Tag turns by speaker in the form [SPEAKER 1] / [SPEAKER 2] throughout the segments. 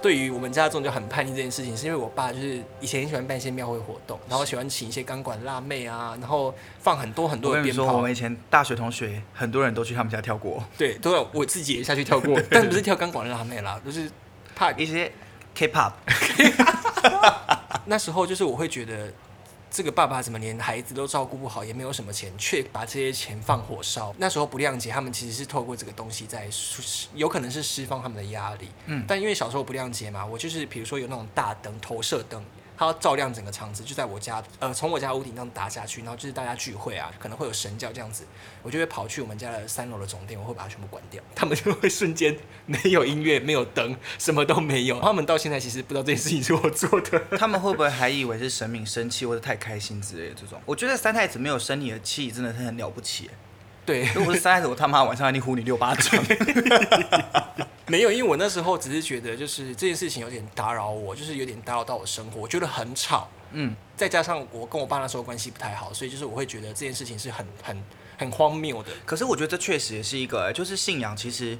[SPEAKER 1] 对于我们家宗教很叛逆这件事情，是因为我爸就是以前很喜欢办一些庙会活动，然后喜欢请一些钢管辣妹啊，然后放很多很
[SPEAKER 2] 我
[SPEAKER 1] 多的
[SPEAKER 2] 跟你
[SPEAKER 1] 鞭
[SPEAKER 2] 说，我
[SPEAKER 1] 炮
[SPEAKER 2] 们，以前大学同学，很多人都去他们家跳过
[SPEAKER 1] 对，都有我自己也下去跳 过，但不是跳钢管辣妹啦，就是怕
[SPEAKER 2] 一些 K-pop，
[SPEAKER 1] 那时候就是我会觉得，这个爸爸怎么连孩子都照顾不好，也没有什么钱，却把这些钱放火烧。那时候不谅解，他们其实是透过这个东西在疏，有可能是释放他们的压力。
[SPEAKER 2] 嗯
[SPEAKER 1] 但因为小时候不谅解嘛，我就是比如说有那种大灯投射灯。它要照亮整个场子，就在我家，呃，从我家屋顶上打下去，然后就是大家聚会啊，可能会有神教这样子，我就会跑去我们家的三楼的总店，我会把它全部关掉， 他们就会瞬间没有音乐，没有灯，什么都没有。他们到现在其实不知道这件事情是我做的，
[SPEAKER 2] 他们会不会还以为是神明生气或者太开心之类的这种？我觉得三太子没有生你的气，真的是很了不起。
[SPEAKER 1] 对，
[SPEAKER 2] 如果是三太子，我他妈晚上一定呼你六巴掌。
[SPEAKER 1] 没有，因为我那时候只是觉得，就是这件事情有点打扰我，就是有点打扰到我生活，我觉得很吵。
[SPEAKER 2] 嗯，
[SPEAKER 1] 再加上我跟我爸那时候关系不太好，所以就是我会觉得这件事情是很很很荒谬的。
[SPEAKER 2] 可是我觉得这确实也是一个、就是信仰其实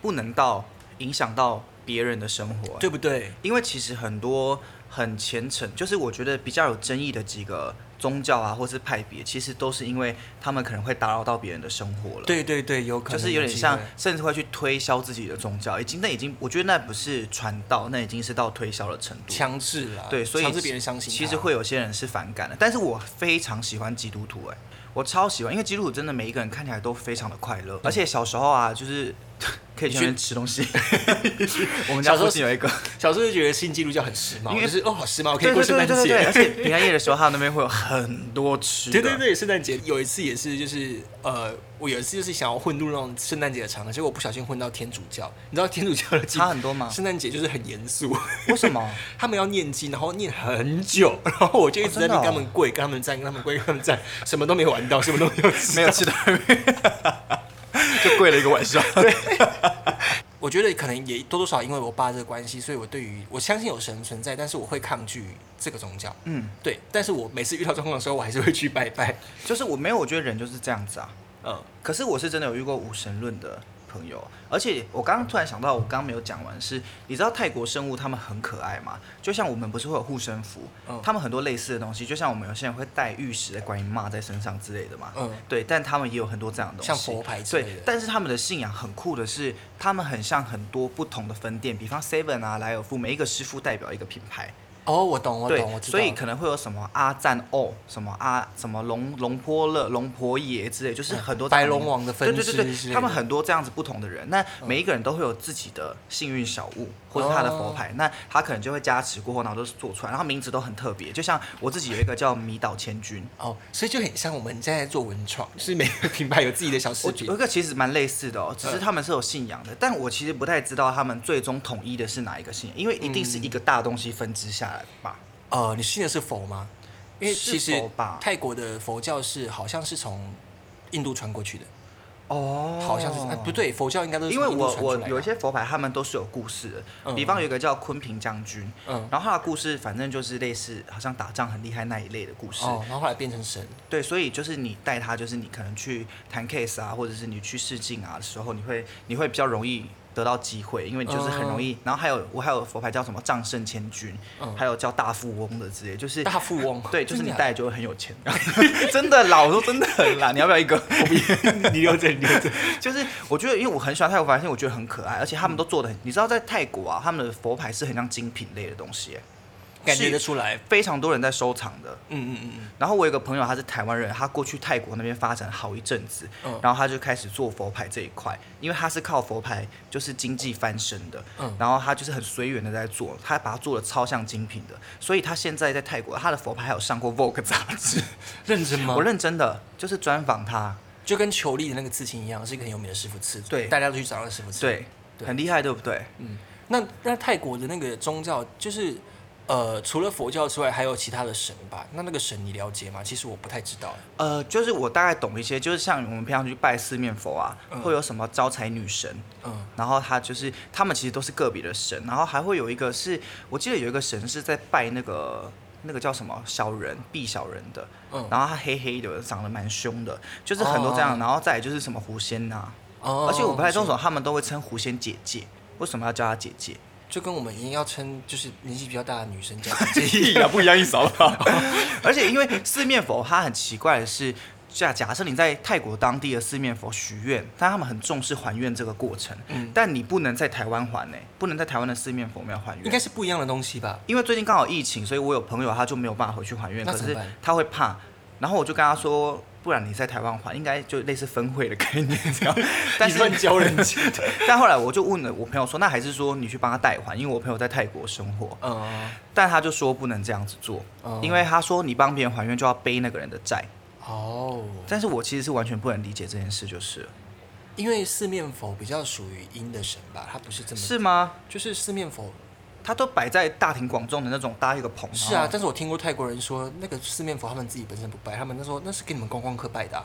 [SPEAKER 2] 不能到影响到别人的生活、
[SPEAKER 1] 对不对？
[SPEAKER 2] 因为其实很多很虔诚，就是我觉得比较有争议的几个宗教啊，或是派别，其实都是因为他们可能会打扰到别人的生活了。，
[SPEAKER 1] 对对对，有可
[SPEAKER 2] 就
[SPEAKER 1] 能
[SPEAKER 2] 是有点
[SPEAKER 1] 机会
[SPEAKER 2] 像，甚至会去推销自己的宗教，已经那已经，我觉得那不是传道，那已经是到推销的程度。
[SPEAKER 1] 强制啦，
[SPEAKER 2] 对，所以
[SPEAKER 1] 强制别人相信他。
[SPEAKER 2] 其实会有些人是反感的，但是我非常喜欢基督徒、哎，我超喜欢，因为基督徒真的每一个人看起来都非常的快
[SPEAKER 1] 嗯
[SPEAKER 2] 乐，而且小时候啊，就是 可以去那边吃东西。我们家
[SPEAKER 1] 小时候
[SPEAKER 2] 附近有一个，
[SPEAKER 1] 小时候就觉得信基督教很时髦，
[SPEAKER 2] 因为
[SPEAKER 1] 就是哦，好时髦，我可以
[SPEAKER 2] 对
[SPEAKER 1] 过
[SPEAKER 2] 对
[SPEAKER 1] 圣
[SPEAKER 2] 对
[SPEAKER 1] 诞
[SPEAKER 2] 对对，而
[SPEAKER 1] 节。
[SPEAKER 2] 且平安夜的时候，他那边会有很多吃的。
[SPEAKER 1] 对对对，圣诞节有一次也是，就是呃，我有一次就是想要混入那种圣诞节的场合，结果我不小心混到天主教。你知道天主教的
[SPEAKER 2] 差很多吗
[SPEAKER 1] 圣诞节就是很严肃，
[SPEAKER 2] 为什么？
[SPEAKER 1] 他们要念经，然后念很久，然后我就一直在那边
[SPEAKER 2] 哦真的哦
[SPEAKER 1] 跟他们跪，跟他们站，跟他们跪，跟他们站，什么都没玩到，什么都没有吃。
[SPEAKER 2] 没有吃到， 就跪了一个晚上。
[SPEAKER 1] 我觉得可能也多多少少因为我爸这个关系，所以我对于我相信有神存在，但是我会抗拒这个宗教。
[SPEAKER 2] 嗯，
[SPEAKER 1] 对，但是我每次遇到状况的时候，我还是会去拜拜。
[SPEAKER 2] 就是我没有，我觉得人就是这样子啊。
[SPEAKER 1] 嗯，
[SPEAKER 2] 可是我是真的有遇过无神论的朋友，而且我刚刚突然想到，我刚刚没有讲完是，你知道泰国生物他们很可爱嘛？就像我们不是会有护身符，
[SPEAKER 1] 嗯
[SPEAKER 2] 他们很多类似的东西，就像我们有些人会戴玉石的观音妈在身上之类的嘛。
[SPEAKER 1] 嗯
[SPEAKER 2] 对，但他们也有很多这样的东西，
[SPEAKER 1] 像佛牌之类
[SPEAKER 2] 对
[SPEAKER 1] 的，
[SPEAKER 2] 但是他们的信仰很酷的是，他们很像很多不同的分店，比方 Seven 啊、莱尔富，每一个师傅代表一个品牌。
[SPEAKER 1] 哦，我懂，我
[SPEAKER 2] 对
[SPEAKER 1] 懂，我，知道。
[SPEAKER 2] 所以可能会有什么阿赞哦，什么阿什么龙龙坡乐、龙婆野之类，就是
[SPEAKER 1] 嗯
[SPEAKER 2] 很多
[SPEAKER 1] 白
[SPEAKER 2] 这样的
[SPEAKER 1] 龙王的分
[SPEAKER 2] 对对
[SPEAKER 1] 支
[SPEAKER 2] 对
[SPEAKER 1] 之
[SPEAKER 2] 对，
[SPEAKER 1] 类
[SPEAKER 2] 他们
[SPEAKER 1] 的嗯
[SPEAKER 2] 很多这样子不同的人，那每一个人都会有自己的幸运小物或者他的佛
[SPEAKER 1] 哦
[SPEAKER 2] 牌，那他可能就会加持过后，然后都是做出来，然后名字都很特别，就像我自己有一个叫迷岛千军。
[SPEAKER 1] 哦，所以就很像我们现在做文创，就是每个品牌有自己的嗯小饰
[SPEAKER 2] 我
[SPEAKER 1] 品
[SPEAKER 2] 有一。个其实蛮类似的哦，只是他们是有信仰的，但我其实不太知道他们最终统一的是哪一个信仰，因为一定是一个大东西分支下来吧。
[SPEAKER 1] 呃，你信的是佛吗？因为
[SPEAKER 2] 是
[SPEAKER 1] 其实
[SPEAKER 2] 佛吧
[SPEAKER 1] 泰国的佛教是好像是从印度传过去的，
[SPEAKER 2] 哦
[SPEAKER 1] 好像是、哎不对，佛教应该都是
[SPEAKER 2] 因为
[SPEAKER 1] 从印度
[SPEAKER 2] 我
[SPEAKER 1] 传出
[SPEAKER 2] 我
[SPEAKER 1] 来的
[SPEAKER 2] 有一些佛牌，他们都是有故事的。
[SPEAKER 1] 嗯
[SPEAKER 2] 比方有一个叫昆平将军，
[SPEAKER 1] 嗯
[SPEAKER 2] 然后他的故事反正就是类似好像打仗很厉害那一类的故事。
[SPEAKER 1] 哦，然后后来变成神，
[SPEAKER 2] 对，所以就是你带他，就是你可能去谈 case 啊，或者是你去试镜啊的时候，你会你会比较容易得到机会，因为你就是很容易。然后还有我还有佛牌叫什么仗胜千军，
[SPEAKER 1] 哦嗯
[SPEAKER 2] 还有叫大富翁的之类，就是
[SPEAKER 1] 大富翁。
[SPEAKER 2] 对，就是你
[SPEAKER 1] 真的
[SPEAKER 2] 带就会很有钱。 真的啦，我说真的啦，你要不要一个？
[SPEAKER 1] 假的，你留着，你留着。
[SPEAKER 2] 就是我觉得，因为我很喜欢泰国佛牌，因为我觉得很可爱，而且
[SPEAKER 1] 嗯
[SPEAKER 2] 他们都做的很，你知道在泰国啊，他们的佛牌是很像精品类的东西耶，
[SPEAKER 1] 感觉得出来。
[SPEAKER 2] 非常多人在收藏的。
[SPEAKER 1] 嗯嗯嗯嗯，
[SPEAKER 2] 然后我有一个朋友，他是台湾人，他过去泰国那边发展好一阵子，
[SPEAKER 1] 嗯
[SPEAKER 2] 然后他就开始做佛牌这一块，因为他是靠佛牌就是经济翻身的，
[SPEAKER 1] 嗯
[SPEAKER 2] 然后他就是很随缘的在做，他把它做的超像精品的，所以他现在在泰国，他的佛牌还有上过 Vogue 杂志，
[SPEAKER 1] 认真 吗？
[SPEAKER 2] 我认真的就是专访他，
[SPEAKER 1] 就跟裘力的那个刺青一样，是一个很有名的师傅刺的，
[SPEAKER 2] 对
[SPEAKER 1] 大家都去找那个师傅刺。
[SPEAKER 2] 对，
[SPEAKER 1] 对
[SPEAKER 2] 很厉害，对不对？
[SPEAKER 1] 嗯，那那泰国的那个宗教就是。呃，除了佛教之外，还有其他的神吧？那那个神你了解吗？其实我不太知道。
[SPEAKER 2] 呃，就是我大概懂一些，就是像我们平常去拜四面佛啊，
[SPEAKER 1] 嗯
[SPEAKER 2] 会有什么招财女神，
[SPEAKER 1] 嗯，
[SPEAKER 2] 然后他就是他们其实都是个别的神，然后还会有一个是我记得有一个神是在拜那个那个叫什么小人臂小人的，
[SPEAKER 1] 嗯
[SPEAKER 2] 然后他黑黑的，长得蛮凶的，就是很多这样，
[SPEAKER 1] 哦
[SPEAKER 2] 然后再来就是什么狐仙呐、
[SPEAKER 1] 哦
[SPEAKER 2] 而且我不太懂为什么他们都会称狐仙姐姐，为什么要叫她姐姐？
[SPEAKER 1] 就跟我们一样要称，就是年纪比较大的 女生叫姐姐
[SPEAKER 2] 一样不一样意思好不好？ 而且因为四面佛，它很奇怪的是，假假设你在泰国当地的四面佛许愿，但他们很重视还愿这个过程，
[SPEAKER 1] 嗯
[SPEAKER 2] 但你不能在台湾还呢、不能在台湾的四面佛庙还
[SPEAKER 1] 应该
[SPEAKER 2] 愿。
[SPEAKER 1] 是不一样的东西吧？
[SPEAKER 2] 因为最近刚好疫情，所以我有朋友他就没有办法回去还愿，
[SPEAKER 1] 那
[SPEAKER 2] 可
[SPEAKER 1] 怎么
[SPEAKER 2] 是
[SPEAKER 1] 办
[SPEAKER 2] 他会怕，然后我就跟他说。不然你在台湾还，应该就类似分会的概念这 样，但是
[SPEAKER 1] 乱教人家。
[SPEAKER 2] 但后来我就问了我朋友说，那还是说你去帮他代还，因为我朋友在泰国生活，
[SPEAKER 1] 嗯，
[SPEAKER 2] 但他就说不能这样子做，
[SPEAKER 1] 嗯
[SPEAKER 2] 因为他说你帮别人还愿就要背那个人的债，
[SPEAKER 1] 哦，
[SPEAKER 2] 但是我其实是完全不能理解这件事，就是了
[SPEAKER 1] 嗯因为四面佛比较属于阴的神吧，它不是这么
[SPEAKER 2] 是吗？
[SPEAKER 1] 就是四面佛
[SPEAKER 2] 他都摆在大庭广众的那种搭一个棚，
[SPEAKER 1] 是啊
[SPEAKER 2] 然，后
[SPEAKER 1] 但是我听过泰国人说，那个四面佛他们自己本身不拜，他们那时候那是给你们观光客拜的、啊，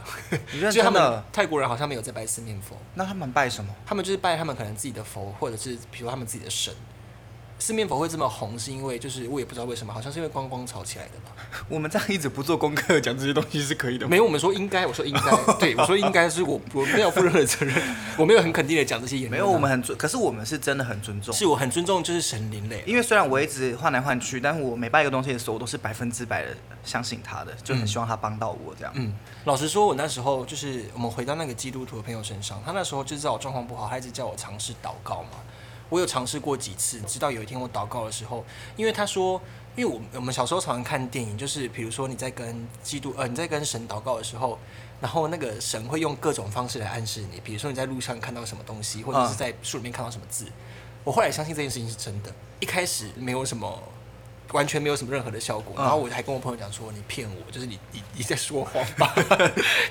[SPEAKER 2] 你认
[SPEAKER 1] 所以他们
[SPEAKER 2] 真的？
[SPEAKER 1] 泰国人好像没有在拜四面佛，
[SPEAKER 2] 那他们拜什么？
[SPEAKER 1] 他们就是拜他们可能自己的佛，或者是比如他们自己的神。四面佛会这么红，是因为就是我也不知道为什么，好像是因为观光炒起来的吧。
[SPEAKER 2] 我们这样一直不做功课讲这些东西是可以的吗？
[SPEAKER 1] 没有，我们说应该，我说应该， 对我说应该是我我没有负任何责任，我没有很肯定的讲这些言论啊。
[SPEAKER 2] 没有，我们很尊，可是我们是真的很尊重。
[SPEAKER 1] 是我很尊重就是神灵类，
[SPEAKER 2] 因为虽然我一直换来换去，但是我每拜一个东西的时候，我都是百分之百的相信他的，就很希望他帮到我这样。
[SPEAKER 1] 嗯，老实说，我那时候就是我们回到那个基督徒的朋友身上，他那时候就知道我状况不好，他一直叫我尝试祷告嘛。我有尝试过几次，直到有一天我祷告的时候，因为他说，因为我我们小时候常常看电影，就是比如说你在跟基督呃你在跟神祷告的时候，然后那个神会用各种方式来暗示你，比如说你在路上看到什么东西，或者是在书里面看到什么字。我后来相信这件事情是真的，一开始没有什么。完全没有什么任何的效果，
[SPEAKER 2] 嗯
[SPEAKER 1] 然后我还跟我朋友讲说你骗我，就是你你你在说谎吧，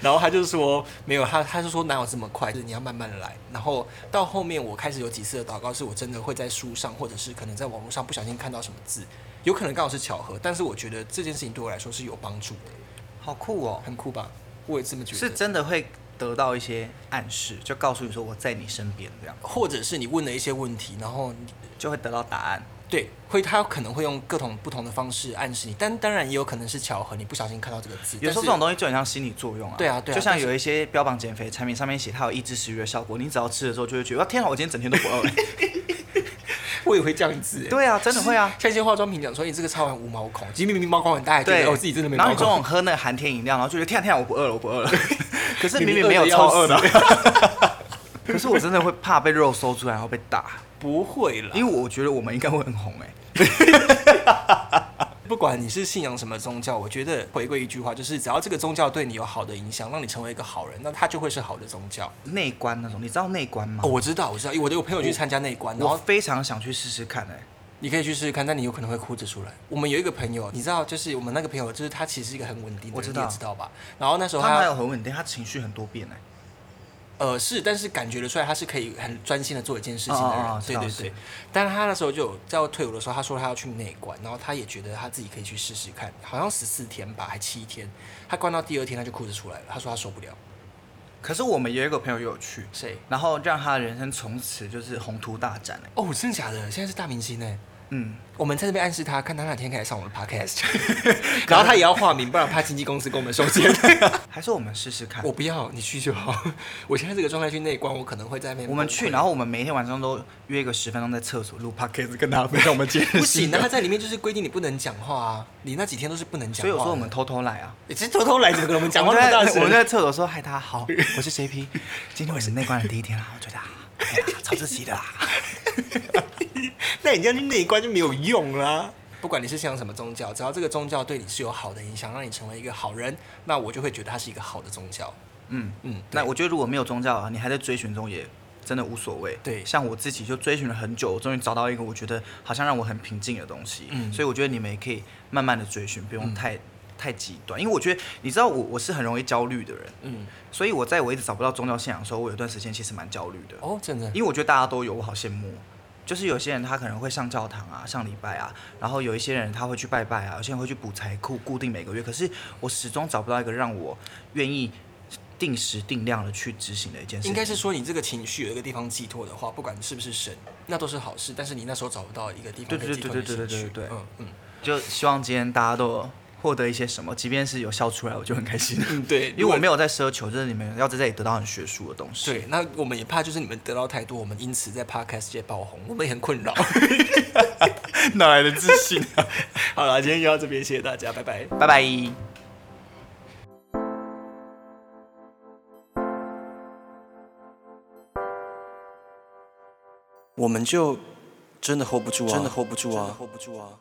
[SPEAKER 1] 然后他就说没有，他他就说哪有这么快，就是你要慢慢来。然后到后面我开始有几次的祷告，是我真的会在书上或者是可能在网络上不小心看到什么字，有可能刚好是巧合，但是我觉得这件事情对我来说是有帮助的，
[SPEAKER 2] 好酷哦！
[SPEAKER 1] 很酷吧？我也这么觉得。
[SPEAKER 2] 是真的会得到一些暗示，就告诉你说我在你身边，这样
[SPEAKER 1] 或者是你问了一些问题，然后你
[SPEAKER 2] 就会得到答案。
[SPEAKER 1] 对会他可能会用各种不同的方式暗示你，但当然也有可能是巧合，你不小心看到这个字。
[SPEAKER 2] 有时候
[SPEAKER 1] 但是
[SPEAKER 2] 这种东西就很像心理作用啊。
[SPEAKER 1] 对啊对啊
[SPEAKER 2] 就
[SPEAKER 1] 但
[SPEAKER 2] 像
[SPEAKER 1] 是
[SPEAKER 2] 有一些标榜减肥产品上面写它有抑制食欲的效果，你只要吃了之后就会觉得，哇天啊，我今天整天都 不饿。
[SPEAKER 1] 我也会这样子、欸。
[SPEAKER 2] 对啊，真的 会啊。
[SPEAKER 1] 像一些化妆品讲说你这个超完无毛孔，其实明明毛孔很大，还觉
[SPEAKER 2] 对，
[SPEAKER 1] 得哦自己真的没
[SPEAKER 2] 然后
[SPEAKER 1] 毛
[SPEAKER 2] 你这
[SPEAKER 1] 孔。
[SPEAKER 2] 种喝那个寒天饮料，然后就觉得天啊天啊，我不饿了，我不饿 了。可是明
[SPEAKER 1] 明
[SPEAKER 2] 明
[SPEAKER 1] 明
[SPEAKER 2] 没有
[SPEAKER 1] 饿得要
[SPEAKER 2] 超饿的。 可是我真的会怕被肉搜出来，然后被打，
[SPEAKER 1] 不会啦，
[SPEAKER 2] 因为我觉得我们应该会很红哎、
[SPEAKER 1] 不管你是信仰什么宗教，我觉得回归一句话，就是只要这个宗教对你有好的影响，让你成为一个好人，那它就会是好的宗教。
[SPEAKER 2] 内观那种，你知道内观吗？
[SPEAKER 1] 哦，我知道，我知道，因为我都有朋友去参加内观，然
[SPEAKER 2] 我
[SPEAKER 1] 后
[SPEAKER 2] 非常想去试试看哎、
[SPEAKER 1] 你可以去试试看，但你有可能会哭着出来。我们有一个朋友，你知道，就是我们那个朋友，就是他其实是一个很稳定的人，
[SPEAKER 2] 我知道
[SPEAKER 1] 你也知道吧？然后那时候
[SPEAKER 2] 他们还
[SPEAKER 1] 他
[SPEAKER 2] 有很稳定，他情绪很多变哎、
[SPEAKER 1] 呃是，但是感觉得出来他是可以很专心的做一件事情的人，
[SPEAKER 2] 哦哦哦
[SPEAKER 1] 对
[SPEAKER 2] 知道
[SPEAKER 1] 对
[SPEAKER 2] 是
[SPEAKER 1] 对。但是他那时候就有在退伍的时候，他说他要去内关，然后他也觉得他自己可以去试试看，好像十四天吧，还七天，他关到第二天他就哭着出来了，他说他受不了。
[SPEAKER 2] 可是我们也有一个朋友也有去，
[SPEAKER 1] 谁？
[SPEAKER 2] 然后让他的人生从此就是宏图大展哎、
[SPEAKER 1] 哦，真的假的？现在是大明星呢。
[SPEAKER 2] 嗯，
[SPEAKER 1] 我们在这边暗示他，看他哪天可以来上我们的 podcast，然后他也要化名，不然怕经纪公司跟我们收 钱。
[SPEAKER 2] 还是我们试试看。
[SPEAKER 1] 我
[SPEAKER 2] 我
[SPEAKER 1] 不要，你去就好。 我现在这个状态去内观，我可能会在那边。
[SPEAKER 2] 们去，然后我们每天晚上都约一个十分钟在厕所录 podcast，跟大家分享我们今天的
[SPEAKER 1] 不行
[SPEAKER 2] 心得
[SPEAKER 1] 啊，他在里面就是规定你不能讲话啊，你那几天都是不能讲话。
[SPEAKER 2] 所以我说我们，偷偷来啊。
[SPEAKER 1] 你这偷偷来，怎么可能我们讲话
[SPEAKER 2] 我
[SPEAKER 1] 那
[SPEAKER 2] 们
[SPEAKER 1] 么大
[SPEAKER 2] 在
[SPEAKER 1] 声？
[SPEAKER 2] 我们在厕所说嗨大家好，我 是 JP，今天我是内观的第一天啦，我觉得啊，哎呀超刺激的啦。
[SPEAKER 1] 那你这样去内观就没有用啦。不管你是信仰什么宗教，只要这个宗教对你是有好的影响，让你成为一个好人，那我就会觉得它是一个好的宗教。
[SPEAKER 2] 嗯，
[SPEAKER 1] 嗯，对
[SPEAKER 2] 那我觉得如果没有宗教啊，你还在追寻中也真的无所谓。
[SPEAKER 1] 对
[SPEAKER 2] 像我自己就追寻了很久，我终于找到一个我觉得好像让我很平静的东西。
[SPEAKER 1] 嗯
[SPEAKER 2] 所以我觉得你们也可以慢慢的追寻，不用太、太极端。因为我觉得你知道我我是很容易焦虑的人，
[SPEAKER 1] 嗯，
[SPEAKER 2] 所以我在我一直找不到宗教信仰的时候，我有段时间其实蛮焦虑的。
[SPEAKER 1] 哦，真的，
[SPEAKER 2] 因为我觉得大家都有，我好羡慕。哦就是有些人他可能会上教堂啊，上礼拜啊，然后有一些人他会去拜拜啊，有些人会去补财库，固定每个月。可是我始终找不到一个让我愿意定时定量的去执行的一件事情。
[SPEAKER 1] 应该是说你这个情绪有一个地方寄托的话，不管是不是神，那都是好事。但是你那时候找不到一个地方
[SPEAKER 2] 对
[SPEAKER 1] 可
[SPEAKER 2] 对
[SPEAKER 1] 以寄托你的
[SPEAKER 2] 对对对
[SPEAKER 1] 情绪，
[SPEAKER 2] 对对对
[SPEAKER 1] 嗯嗯
[SPEAKER 2] 就希望今天大家都有获得一些什么，即便是有笑出来，我就很开 心。
[SPEAKER 1] 嗯，对，
[SPEAKER 2] 因为我没有在奢求，就是你们要在这里得到很学术的东西。
[SPEAKER 1] 对，那我们也怕就是你们得到太多，我们因此在 podcast 界爆红，我们也很困扰。
[SPEAKER 2] 哪来的自信啊？
[SPEAKER 1] 好了，今天就到这边，谢谢大家，拜拜。
[SPEAKER 2] 拜拜。
[SPEAKER 3] 我们就真的 hold 不住啊，真的 hold 不住啊，